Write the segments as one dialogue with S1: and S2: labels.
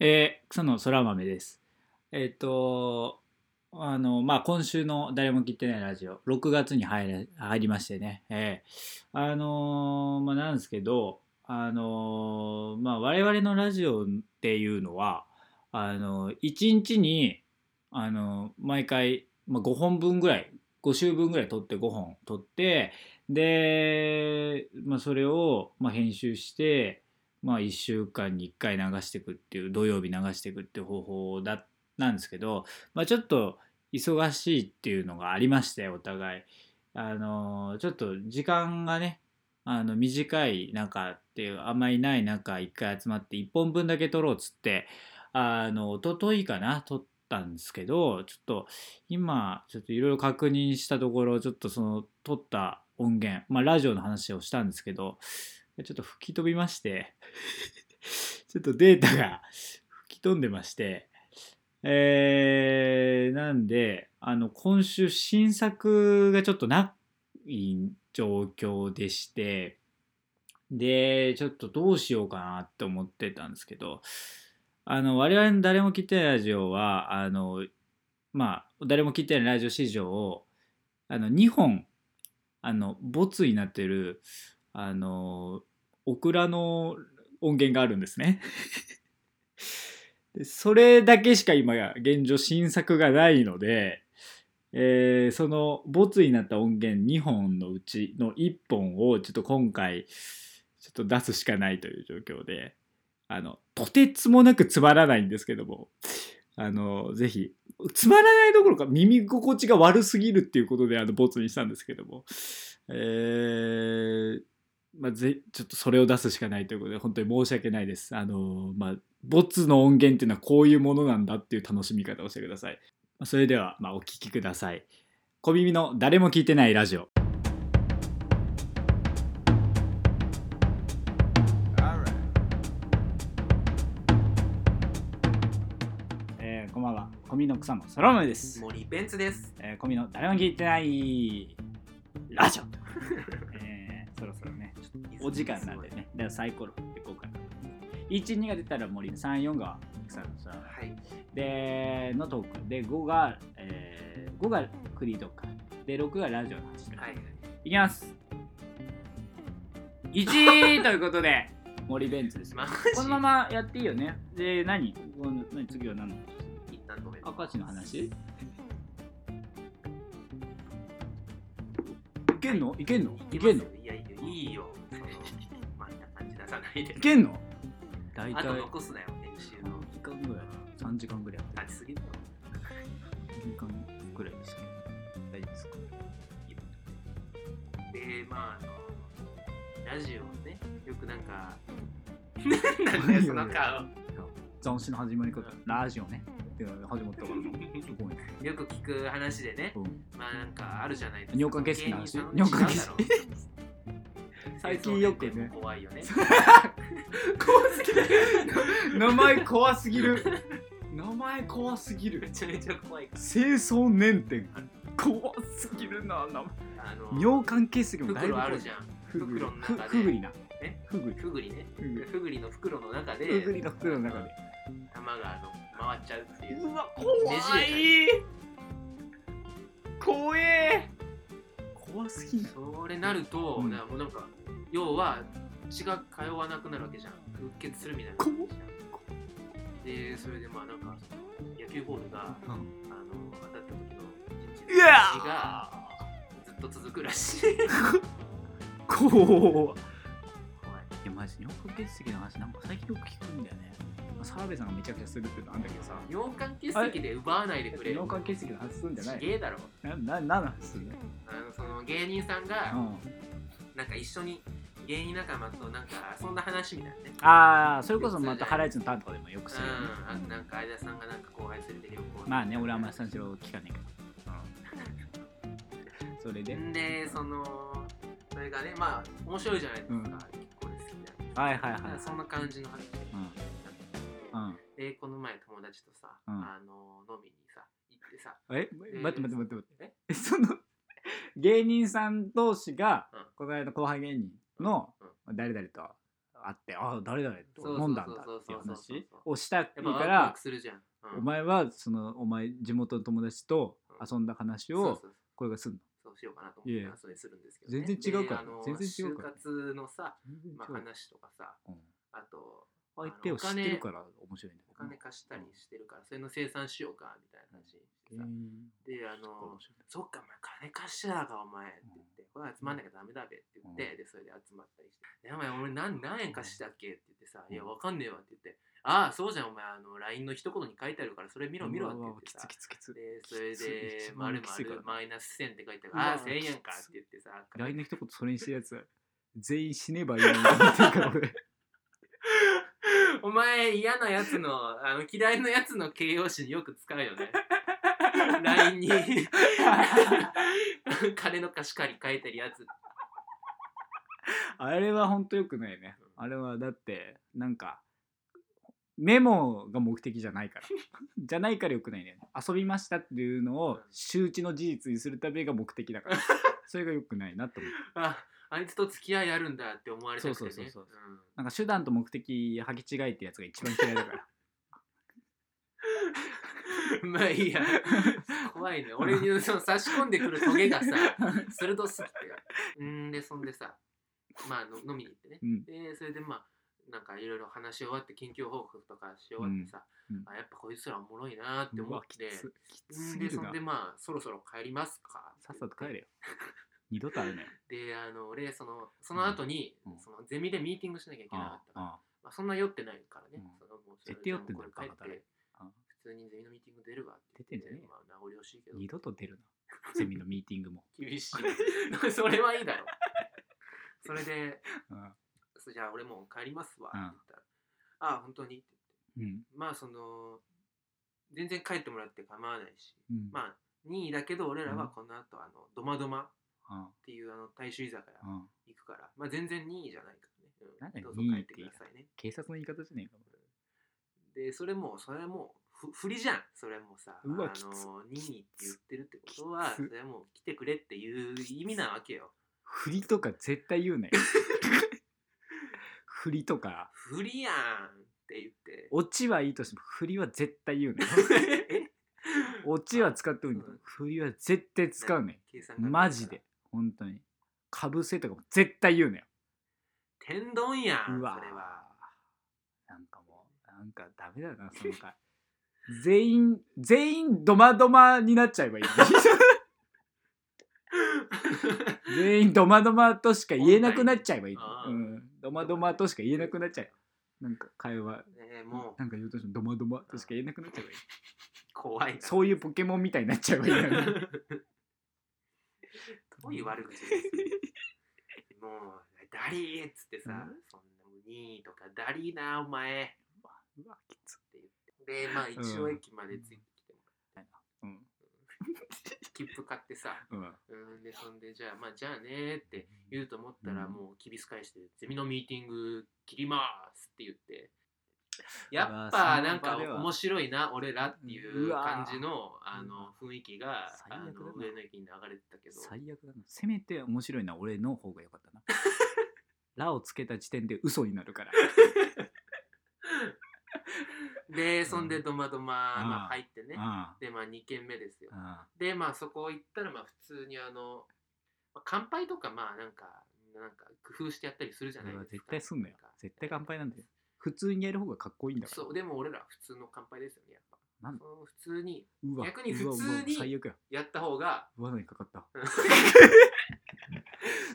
S1: えー、草野そら豆です。えっ、と、あの、まあ、今週の誰も聞いてないラジオ、6月に入れ入りましてね、えーあのーまあ、なんですけど、あのーまあ、我々のラジオっていうのは、あの1日に、あの毎回、まあ、5本分ぐらい、5週分ぐらい撮って5本撮って、で、まあ、それを、まあ、編集して、まあ、1週間に1回流していくっていう土曜日流していくっていう方法だなんですけど、まあ、ちょっと忙しいっていうのがありましてお互いあのーちょっと時間がねあの短い中っていうあんまりない中1回集まって1本分だけ撮ろうっつってあの一昨日かな撮ったんですけどちょっと今ちょっといろいろ確認したところちょっとその撮った音源まあラジオの話をしたんですけどちょっと吹き飛びまして、ちょっとデータが吹き飛んでまして、えー、なんで、あの、今週新作がちょっとない状況でして、で、ちょっとどうしようかなって思ってたんですけど、あの、我々の誰も聞いてないラジオは、あの、まあ、誰も聞いてないラジオ史上を、あの、2本、あの、ボツになってる、あのオクラの音源があるんですね でそれだけしか今現状新作がないので、えーそのボツになった音源2本のうちの1本をちょっと今回ちょっと出すしかないという状況であのとてつもなくつまらないんですけどもあのぜひつまらないどころか耳心地が悪すぎるっていうことであのボツにしたんですけどもえーまあ、ぜちょっとそれを出すしかないということで本当に申し訳ないです。あのーまあボツの音源っていうのはこういうものなんだっていう楽しみ方をしてください。まあそれでは、まあ、お聞きください。小耳の誰も聞いてないラジオ。えー、こんばんは。小耳の草野そらまめです。
S2: 森ベンツです。
S1: えー、コミの誰も聞いてないラジオ、えー、そろそろねちょっとお時間なんでねだからサイコロ振っていこうかな12が出たら森34が草野さん
S2: はい。
S1: でのトークで5が、えー、5がクリードかで6がラジオの話
S2: はい。
S1: いきます1 ということで森ベンツです
S2: マジ
S1: このままやっていいよねで何この何次は何の
S2: 一旦止めます
S1: 明石の話いけんのいけんのいけんの
S2: いやいや、いいよ。そのまあ、こんな感じ出さないで
S1: い。けんの大
S2: あ
S1: 体
S2: と
S1: 2
S2: 残すなよ、編集の。
S1: 時間ぐらい3時間ぐらいやって
S2: 立ちすぎるよ。
S1: る2時間ぐらいですけど大丈夫ですか
S2: で、まあ、あの、ラジオをね、よくなん か、なんだよ、その顔。
S1: 斬新の始まり方ラジオねって始まったからすごいね
S2: よく聞く話でね、
S1: うん
S2: まあなんかあるじゃないですか。
S1: 尿管結石の話
S2: 芸人さんの
S1: 尿管
S2: 違うだろう
S1: 最近よくね
S2: 戦争でも怖いよね。
S1: 怖すぎる名前怖すぎる名前怖すぎ
S2: め
S1: る
S2: ちゃめちゃ怖いか
S1: 清掃年点怖すぎるな名前
S2: ら。あの、
S1: 尿管結石もだいぶ
S2: 袋
S1: 怖
S2: あ
S1: い
S2: るじゃん。
S1: ふぐり
S2: 袋の中で
S1: ふふぐりな
S2: え
S1: ふぐり
S2: ふぐりね。
S1: ふぐり
S2: ふぐりの袋の中で
S1: ふぐりの袋の中で
S2: 玉があの回っちゃうっていう
S1: うわ
S2: ねじ
S1: 怖え怖すぎる
S2: それなると、
S1: うん
S2: なもうなんか要は血が通わなくなるわけじゃんうっ血するみたいな感じじゃんでそれでまあなんか野球ボールが
S1: う
S2: あの当たった時の血が
S1: わ
S2: ずっと続くらしい
S1: 怖い
S2: 怖い
S1: いやマジ尿管結石の話なんか最近よく聞くんだよねまあ澤部さんがめちゃくちゃするってのあんだけどさ
S2: 尿管結石で奪わないでくれよ
S1: 尿管結石の話するんじゃな
S2: ち
S1: い
S2: げえだろ
S1: なな何の話するんだよ
S2: あのその芸人さん
S1: う
S2: が
S1: ん
S2: なんか一緒に芸人仲間となんか遊んだ話みたいなね
S1: ああそれこそまたハライチのタンとかでもよくするよね
S2: うん、あ
S1: うん
S2: となんか相田さんがなんか後輩連れて旅行
S1: まあね、俺はあんまり三四郎聞かないけど。それで、
S2: んでそのそれがねまあ面白いじゃないですか、
S1: うん
S2: 結構ね好きな
S1: はいはいはい。
S2: そんな感じの話
S1: うん。うん。
S2: でこの前友達とさ、
S1: うん
S2: あの飲みにさ行ってさ
S1: え、
S2: ー
S1: 待って待って待って待って
S2: え。
S1: え、その、芸人さん同士が
S2: うん、
S1: この間後輩芸人の
S2: うん、
S1: 誰々と、あってああ誰々
S2: そうそう
S1: と
S2: そう
S1: 飲んだんだっていう
S2: そうそうそう
S1: 話
S2: そう
S1: をしたいか
S2: やっぱワクワ
S1: ら
S2: クするじゃん。うん
S1: お前はそのお前地元の友達と遊んだ話
S2: そう
S1: を
S2: そう
S1: これがすんの
S2: そうしようかなと思って
S1: いや
S2: 話にするんですけどね、
S1: 全然違うから
S2: であの
S1: 全然違うから
S2: 就活のさ、
S1: 全然違う
S2: まあ、話とかさ、
S1: うん
S2: あと、
S1: 相手を知ってるから面白いんだけ
S2: お
S1: ど
S2: 金貸したりしてるから、それの生産しようか、みたいな話してさ。で、あの
S1: 面、白い
S2: そっか、お前金貸してたか、お前って言って、これ集まんなきゃダメだべって言って、で、それで集まったりして、でお前、俺何何円貸したっけって言ってさ、
S1: うん
S2: いや、わかんねえわって言って、ああ、そうじゃん、お前、あの、LINE の一言に書いてあるから、それ見ろ見ろって
S1: うわ
S2: 言
S1: う
S2: っ
S1: わ
S2: て
S1: きつ。
S2: さ
S1: きつきつ
S2: で、それ
S1: きつ
S2: で
S1: い、
S2: まる
S1: きついから
S2: マイナス1000って書いてあ
S1: う
S2: るから、
S1: わ
S2: ああ、1000円かって言ってさ、
S1: LINE の一言それにしてるやつ全員死ねばいいのになってるから 俺
S2: お前嫌なやつのあの嫌いなやつの形容詞によく使うよね LINE に 金の貸し借り書いてるやつ
S1: あれは本当よくないねあれはだってなんかメモが目的じゃないからじゃないからよくないね遊びましたっていうのを周知の事実にするためが目的だからそれがよくないなと思う
S2: ああいつと付き合いあるんだって思われたくて
S1: そう
S2: ね
S1: そうそうそなんか手段と目的履き違えてやつが一番嫌いだから
S2: うん まあいいや怖いね俺 にその差し込んでくるトゲがさ鋭すぎてうんでそんでさまあの飲みに行ってね
S1: うん
S2: でそれでまあなんかいろいろ話し終わって緊急報告とかし終わってさ、
S1: うんうん
S2: あやっぱこいつらおもろいなーって
S1: う
S2: 思っ
S1: わき
S2: て
S1: つきつ
S2: う
S1: すぎ
S2: んで
S1: る
S2: そ
S1: なん
S2: でまあそろそろ帰りますか
S1: さっさと帰れ
S2: る
S1: よ二度と会うね
S2: であの俺そのその後に、
S1: うん
S2: そのゼミでミーティングしなきゃいけなか
S1: あ
S2: ったから
S1: あ
S2: まあ、そんな酔ってないからね、
S1: うん
S2: そのもうそれ
S1: 絶対酔ってんだ
S2: も
S1: よ
S2: うこれ帰
S1: バカだ
S2: って
S1: ねあ
S2: 普通にゼミのミーティング出るわって
S1: 出てんじゃねえよ
S2: まあ名残惜しいけど
S1: 二度と出るなゼミのミーティングも
S2: 厳しい それはいいだろそれで
S1: うん
S2: そじゃあ俺もう帰りますわって
S1: うん
S2: 言ったら、ああ本当にって
S1: うん
S2: まあその全然帰ってもらって構わないし
S1: うん
S2: まあ任意だけど俺らはこの後あのドマドマっ
S1: あ
S2: ていうあの大衆居酒屋
S1: あああ
S2: 行くから、まあ、全然任意じゃないからね。
S1: なん
S2: う
S1: だ
S2: ん、どうぞ
S1: 任
S2: 帰
S1: 意
S2: っ
S1: ってて
S2: く
S1: 言
S2: だ
S1: う
S2: さいね。
S1: 警察の言い方じゃねえか
S2: で、それもう、それはもう、ふ振りじゃん。それもさ、
S1: うわ
S2: あ
S1: きつ
S2: の、任意って言ってるってこと
S1: き
S2: は、
S1: つ
S2: それはもう来てくれっていう意味なわけよ。
S1: 振りとか絶対言う ね振りとか
S2: 振りやんって言って。
S1: オチはいいとしても振りは絶対 言うね
S2: え
S1: オチは使ってもいいけど
S2: うん
S1: 振りは絶対使うね
S2: 計算が
S1: マジで。本当にかぶせとかも絶対言うね
S2: 天丼やん、
S1: うわ
S2: それは。
S1: なんかもうなんかダメだなその回全員全員ドマドマになっちゃえばいい のに全員ドマドマとしか言えなくなっちゃえばいいの
S2: ああ
S1: うん、ドマドマとしか言えなくなっちゃうなんか会話
S2: ねえもう
S1: なんか言うとしてもドマドマとしか言えなくなっちゃえばいい
S2: 怖いな。
S1: そういうポケモンみたいになっちゃえばいい のに
S2: どういう悪口ですもう、ダリーっつってさ、
S1: うん
S2: そんなもうにーとか、ダリーな、お前。
S1: うわきつ
S2: で、まあ、一応駅までついてきても
S1: うん
S2: 切符買ってさ、
S1: うん
S2: うん、で、そんで、じゃあ、まあ、じゃあねーって言うと思ったら、
S1: うん
S2: もう、きびす返して、ゼミのミーティング切りますって言って、やっぱ、なん
S1: そ
S2: か、
S1: の場では
S2: 面白いな、俺らっていう
S1: う
S2: う
S1: わ
S2: 感じの、あの、雰囲気が、
S1: 最
S2: あ
S1: 悪だな
S2: の、上の駅に流れてたけど、
S1: 最悪だなせめて面白いな俺の方が良か ったなラをつけた時点で嘘になるから
S2: で、そんで、ドマドマ、
S1: うん
S2: まあ、入ってね、
S1: あ
S2: で、まあ、2軒目ですよ
S1: あ。あ
S2: でまあそこ行ったらまあ普通にあの、まあ、乾杯とかまあなんかなんか工夫してやったりするじ
S1: あ
S2: ゃ
S1: そ
S2: ない
S1: れは
S2: ですか
S1: 絶対すんなよ
S2: なか
S1: 絶対乾杯なんだよ普通にやる方がかっこいいんだから
S2: そうでも俺ら普通の乾杯ですよねやっぱ
S1: なん
S2: その普通に
S1: うわ
S2: 逆に普通に
S1: うわうわ最悪や
S2: やった方が
S1: 罠にかか った
S2: うん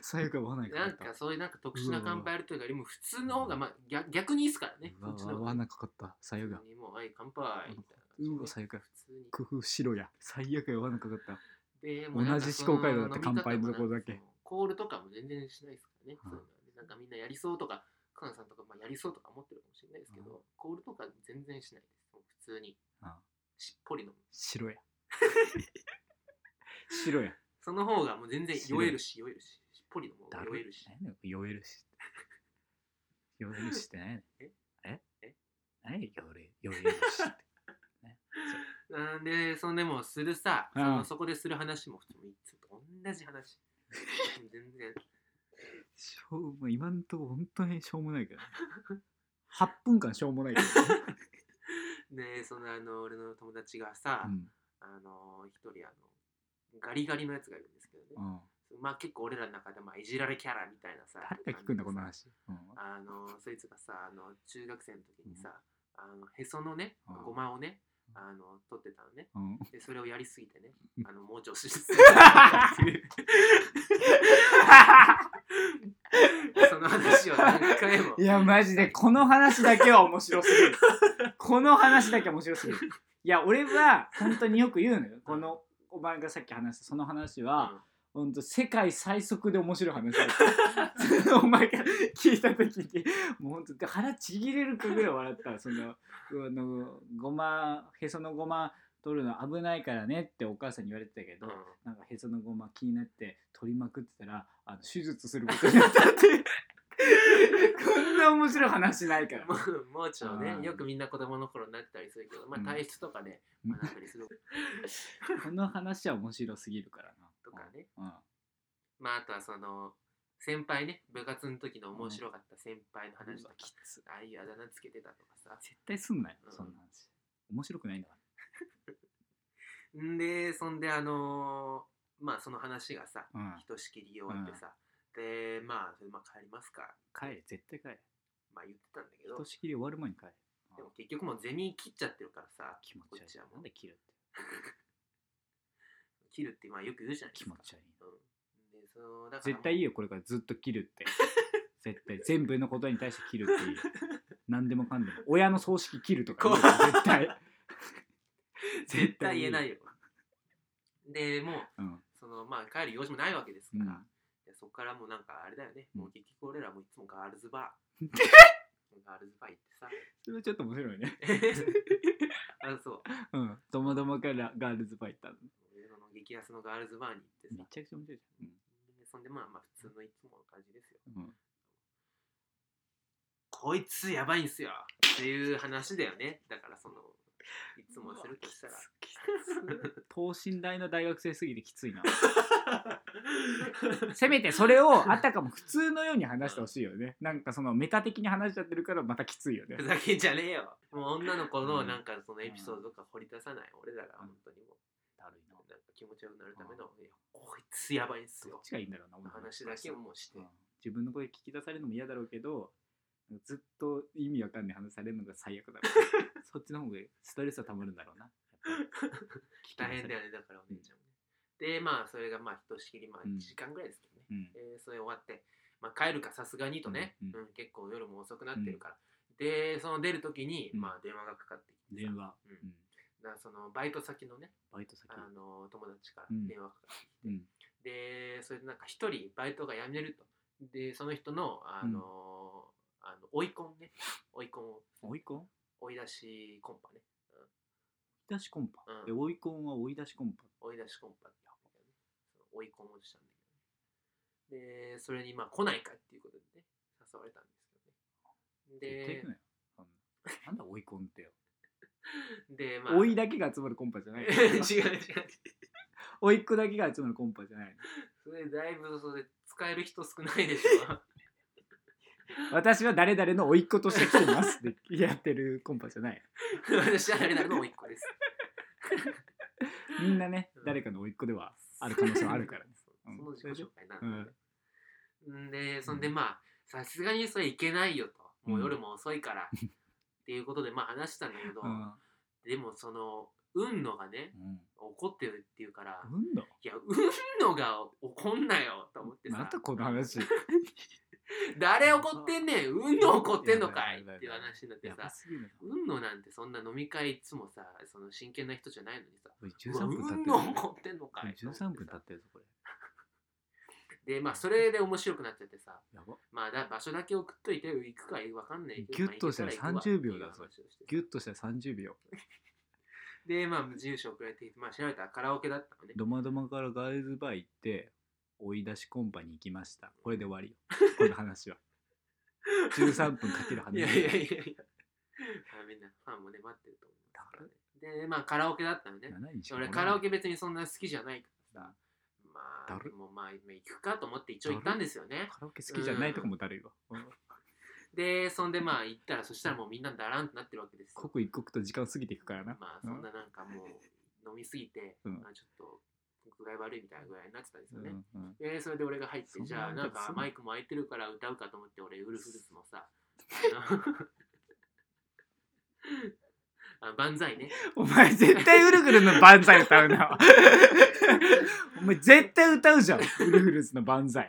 S1: 最悪や罠にかか
S2: な
S1: っ
S2: ん
S1: た
S2: かそういうなんか特殊な乾杯やるというよりも普通の方がまあ逆逆にいいですからね
S1: うわ
S2: こっち
S1: う
S2: の
S1: わ
S2: 方が
S1: 罠かかった最悪や
S2: 普通にもうはい乾杯みたいな感じで
S1: うわ最悪
S2: 普通に
S1: 工夫しろや最悪や罠かかった
S2: でもうなんか
S1: 同じ思考回路だった
S2: そ飲み方も
S1: 乾杯のとこだけ
S2: なんかそのコールとかも全然しないですからね、
S1: うん
S2: そういうのはねなんかみんなやりそうとかカナさんとかまあやりそうとか思ってるかもしれないですけど、
S1: う
S2: コールとか全然しないですもう普通に
S1: うん
S2: しっぽり飲む
S1: 白 や白や
S2: その方がもう全然酔えるし酔えるししっぽり飲む
S1: だ
S2: 酔
S1: る
S2: えるし
S1: 何やねん酔える し酔えるしって何やねん
S2: え
S1: え
S2: え
S1: 何や酔え酔えるしって
S2: なんでそんでもうするさ、
S1: うん
S2: そのそこでする話も普通にいつもと同じ話全然
S1: しょうまあ今のところ本当にしょうもないけどね8分間しょうもないけど、
S2: でそのあの俺の友達がさ、
S1: うん
S2: あの一人あのガリガリのやつがいるんですけどね、
S1: うん、
S2: まあ結構俺らの中でまあいじられキャラみたいなさ
S1: 誰が聞くんだこの話、うん
S2: あのそいつがさあの中学生の時にさ、あのへそのね
S1: あー
S2: ごまをねあの取ってたのね
S1: うん、
S2: でそれをやりすぎてね
S1: うん
S2: あのもう女子ですっていう その話を何回も
S1: いやマジでこの話だけは面白すぎるこの話だけは面白すぎるいや俺は本当によく言うのよこのお前がさっき話したその話は、本当世界最速で面白い話だったその お前が聞いた時にもう本当腹ちぎれるかぐらい笑ったそのあのごまへそのごま取るの危ないからねってお母さんに言われてたけ
S2: う
S1: ど、
S2: ん
S1: なんかへそのごま気になって取りまくってたらあの手術することになったって いうこんな面白い話ないから
S2: もう盲腸
S1: あー
S2: ねよくみんな子供の頃になってたりするけどま
S1: うん
S2: あ体質とかね、
S1: うん
S2: 学んだりする
S1: この話は面白すぎるからな
S2: とか ね
S1: うん
S2: まああとはその先輩ね部活の時の面白かった先輩の話とか、
S1: きつ
S2: ああいうあだ名つけてたとかさ
S1: 絶対すんなよ
S2: うん
S1: そんな話面白くないんだか
S2: んでそんであのーまあその話がさ
S1: らうん
S2: ひとしきり終わってさ、でまあそれまあ帰りますか
S1: 帰れ絶対帰れ
S2: まあ言ってたんだけ
S1: ひ
S2: ど
S1: としきり終わる前に帰れ
S2: でも結局もうゼミ切っちゃってるからさ
S1: 気持
S2: こ
S1: ち
S2: っ
S1: 悪
S2: ちはも
S1: いなんで切るって
S2: 切るってまあよく言うじゃないで
S1: 気
S2: す
S1: 持
S2: か
S1: ち悪い
S2: うん、でそのだから
S1: 絶対いいよこれからずっと切るっ て絶対全部のことに対して切るっていいよ 何でもかんでも親の葬式切るとか言うよ絶対
S2: 絶対言えないいよでもう
S1: うん
S2: そのまあ帰る用事もないわけです
S1: う
S2: から、
S1: ん
S2: でそこからもうなんかあれだよね、
S1: うん
S2: もう結局俺らもいつもガールズバ ーガールズバー行ってさ
S1: それはちょっと面白いね。
S2: あそう
S1: うん。どもどもからガールズバー行ったの。
S2: 俺の激安のガールズバーに行って
S1: め
S2: さ
S1: ちゃくちゃ面白いじ
S2: でそんでまあまあ普通のいつもの感じですよ
S1: ゃん。うん。
S2: こいつやばいんすよっていう話だよねだからそのいつもするとしたら
S1: 等 身大の大学生すぎてきついな。せめてそれをあたかも普通のように話してほしいよね。なんかそのメタ的に話しちゃってるからまたきついよ ね
S2: ふ。ざけんじゃねえよもう女の子
S1: う
S2: の
S1: ん
S2: なんかそのエピソードとか掘り出さない俺らが本当にもう
S1: だるいな。
S2: なんか気持ちよくなるためのいやこいつやばいんす
S1: どっ
S2: よ
S1: ちがいいんだろうな、女の子
S2: 話だけをもうして
S1: うん自分の声聞き出されるのも嫌だろうけど、ずっと意味わかんない話されるのが最悪だろう。 そっちの方がストレスはたまるんだろうな。
S2: 大変だよねだからお姉ちゃんもねでまあそれがまあひとしきりまあ
S1: うん
S2: 1時間ぐらいですけどね、
S1: うん。
S2: えーそれ終わって、まあ、帰るかさすがにとね、
S1: う
S2: うんん
S1: うん
S2: 結構夜も遅くなってるから、でその出る時に、
S1: うん
S2: まあ、電話がかかってきてさ
S1: 電話。
S2: うん
S1: うん。
S2: だからそのバイト先のね、
S1: バイト先。
S2: あの友達から
S1: うん
S2: 電話がかかってきて、
S1: うん。
S2: でそれでなんか一人バイトが辞めるとでその人のあのー、あの追い込んね追い込ん
S1: 追い込ん
S2: 追い出しコンパね
S1: 追い出しコンパ、
S2: うん
S1: で追い込んは追い出しコンパ
S2: 追い出しコンパってやつだよねその追い込もうとしたんだけどねでそれにまあ来ないかっていうことでね誘われたんですけ
S1: 絶
S2: ど
S1: 対行
S2: ね
S1: くなよそんななんだ追い込んってよ、
S2: で でまあ
S1: 追 いだけが集まるコンパじゃない
S2: 違う違う
S1: 追いっ子だけが集まるコンパじゃない
S2: それだいぶそれ使える人少ないでしょ
S1: 私は誰々の追いっ子として来てますってやってるコンパじゃない
S2: 私は誰々の甥っ子です
S1: みんなね
S2: うん
S1: 誰かの追いっ子では ある可能性はあるからね
S2: そ
S1: う
S2: う
S1: ん
S2: その自己紹介なんだねんでそんでまあさすがにそれいけないよともう夜も遅いから、っていうことでまあ話したんだけど、
S1: うん、
S2: でもその運のがね
S1: うん、
S2: 怒ってるっていうから、
S1: なんだ
S2: いや、うんのが怒んなよと思って
S1: ま
S2: さ
S1: た、この 話
S2: 誰怒ってんねん、うんの怒ってんのかい
S1: やばいやばいやばい
S2: っていう話になって
S1: やば
S2: さ、
S1: すぎるな
S2: うんのなんてそんな飲み会いつもさ、その真剣な人じゃないのにさ、
S1: おいう
S2: わ
S1: 13
S2: う
S1: 分経っ
S2: ん
S1: て
S2: の
S1: る
S2: 怒ってんのかいと思ってさ
S1: 13分経ってるぞこれ
S2: で、まあ、それで面白くなっちゃってさ、
S1: やば
S2: まあ、だ場所だけ送っといて、行くかわかんないけど、
S1: ギュッとしたら
S2: まあ行け
S1: 30
S2: ら行くわ
S1: 秒だぞ
S2: っていう話をして
S1: ギュッとしたら30秒
S2: で、まあ、住所送られてきて、まあ、調べたらカラオケだったのね。
S1: ドマドマからガールズバー行って追い出しコンパに行きましたこれで終わりよこの話 は13分かける話
S2: いやいやいやいや。あみんなファンもね、待ってると思うからね。で、まあ、カラオケだったのね。
S1: 7人しか
S2: 俺カラオ
S1: ケ
S2: ケ別にそんな好きじゃないからさ、ま
S1: だ
S2: あ
S1: る
S2: でもまあ今行くかと思って一応行ったんですよね
S1: カラオケ好きじゃないとこもだるいわ。
S2: でそんでまあ行ったらそしたらもうみんなだらんってなってるわけですよ
S1: 刻一刻と時間過ぎていくからな。
S2: まあそんななんかもう飲みすぎて、
S1: うん
S2: まあ、ちょっと具合悪いみたいなぐらいになってたんです
S1: う
S2: よ
S1: ん
S2: ね、
S1: うん
S2: でそれで俺が入って
S1: そんな
S2: じゃあなん
S1: そ
S2: か
S1: んな
S2: マイクも空いてるから歌うかと思って俺ウルフルズの さあのあ万歳ね
S1: お前絶対ウルフルズの万歳歌う な。 お前絶対歌うじゃん。ウルフルズの万歳。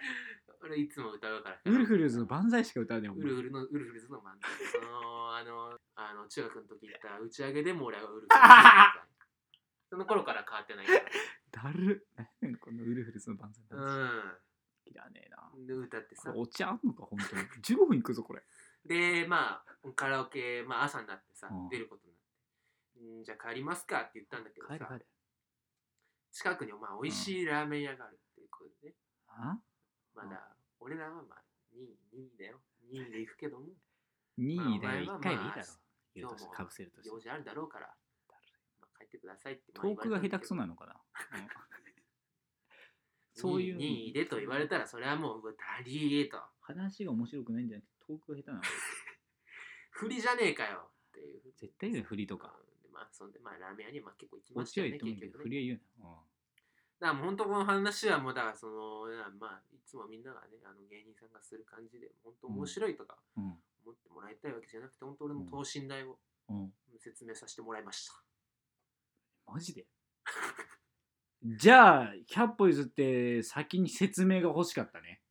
S2: 俺いつも歌うから
S1: ウルフルズの万歳しか歌うねえお
S2: ウ
S1: 前
S2: ルフルのウルフルズの漫才そのあのあの中学の時行った打ち上げでも俺はウルフルズの漫才その頃から変わってないから
S1: だる。何やねんこのウルフルズの万歳。好きだねえな。
S2: うんで歌って
S1: こ
S2: さ
S1: れ落ちあんのか本当に。15分いくぞこれ。
S2: でまあカラオケ、まあ、朝になってさ、
S1: うん
S2: 出ることになってんじゃあ帰りますかって言ったんだけど
S1: 帰れ帰
S2: さ
S1: れ。
S2: 近くにお前美味しいラーメン屋があるっていうことでね
S1: あ
S2: まだ俺らはまあ2位2位だよ2位で行くけども
S1: ?2 位だよ。
S2: まあ
S1: 1回でいいだ
S2: まあ
S1: ろ。言うとし
S2: 今日も
S1: かぶせるとし
S2: 用
S1: て。
S2: 事あるだろうから、まあ、帰ってくださいって
S1: トークが下手くそ
S2: な
S1: なのかな。うんそういう
S2: 2位でと言われたらそれはもううわ足りえと
S1: 話が面白くないんじゃなくてトークが下手 なの。
S2: 振りじゃねえかよっていう
S1: 絶対言うよ振りと
S2: まあ
S1: か。
S2: でまあそんでまあラーメン屋にまあ結構行きま
S1: 落
S2: した
S1: ちは
S2: よ
S1: 言
S2: ね
S1: ってもいいけ
S2: 結
S1: ど、
S2: 局
S1: 振
S2: ね
S1: りは言うな。うん
S2: だからもう本当この話はもうだからそのまあいつもみんながねあの芸人さんがする感じで本当面白いとか
S1: うん
S2: 思ってもらいたいわけじゃなくて本当俺の等身大を
S1: うん、
S2: 説明させてもらいました
S1: マジでじゃあ100歩譲って先に説明が欲しかったね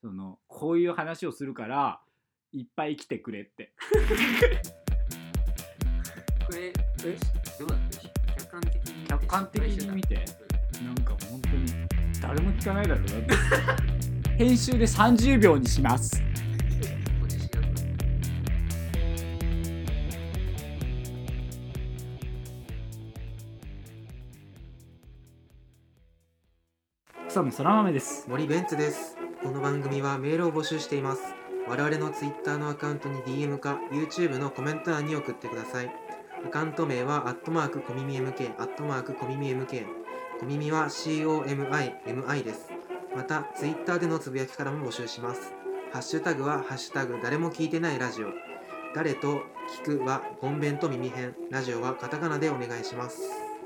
S1: そのこういう話をするからいっぱい来てくれって
S2: これどうだった客観的に見て
S1: 客観的に見て
S2: 失敗して
S1: なんか本当に誰も聞かないだろうなって編集で30秒にします
S2: たご自身だった
S1: 草野そら豆です
S3: 森ベンツですこの番組はメールを募集しています我々の Twitter のアカウントに DM か YouTube のコメント欄に送ってくださいアカウント名はアットマークコミミ MK アットマークコミミ MK コミミは COMIMI ですまた Twitter でのつぶやきからも募集しますハッシュタグはハッシュタグ誰も聞いてないラジオ誰と聞くは本弁と耳編ラジオはカタカナでお願いします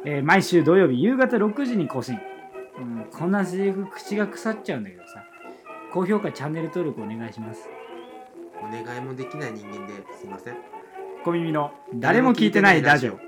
S1: えー毎週土曜日夕方6時に更新、うん、こんなセリフ口が腐っちゃうんだけどさ高評価チャンネル登録お願いします
S3: お願いもできない人間ですいません
S1: 小耳の誰も聞いてないラジオ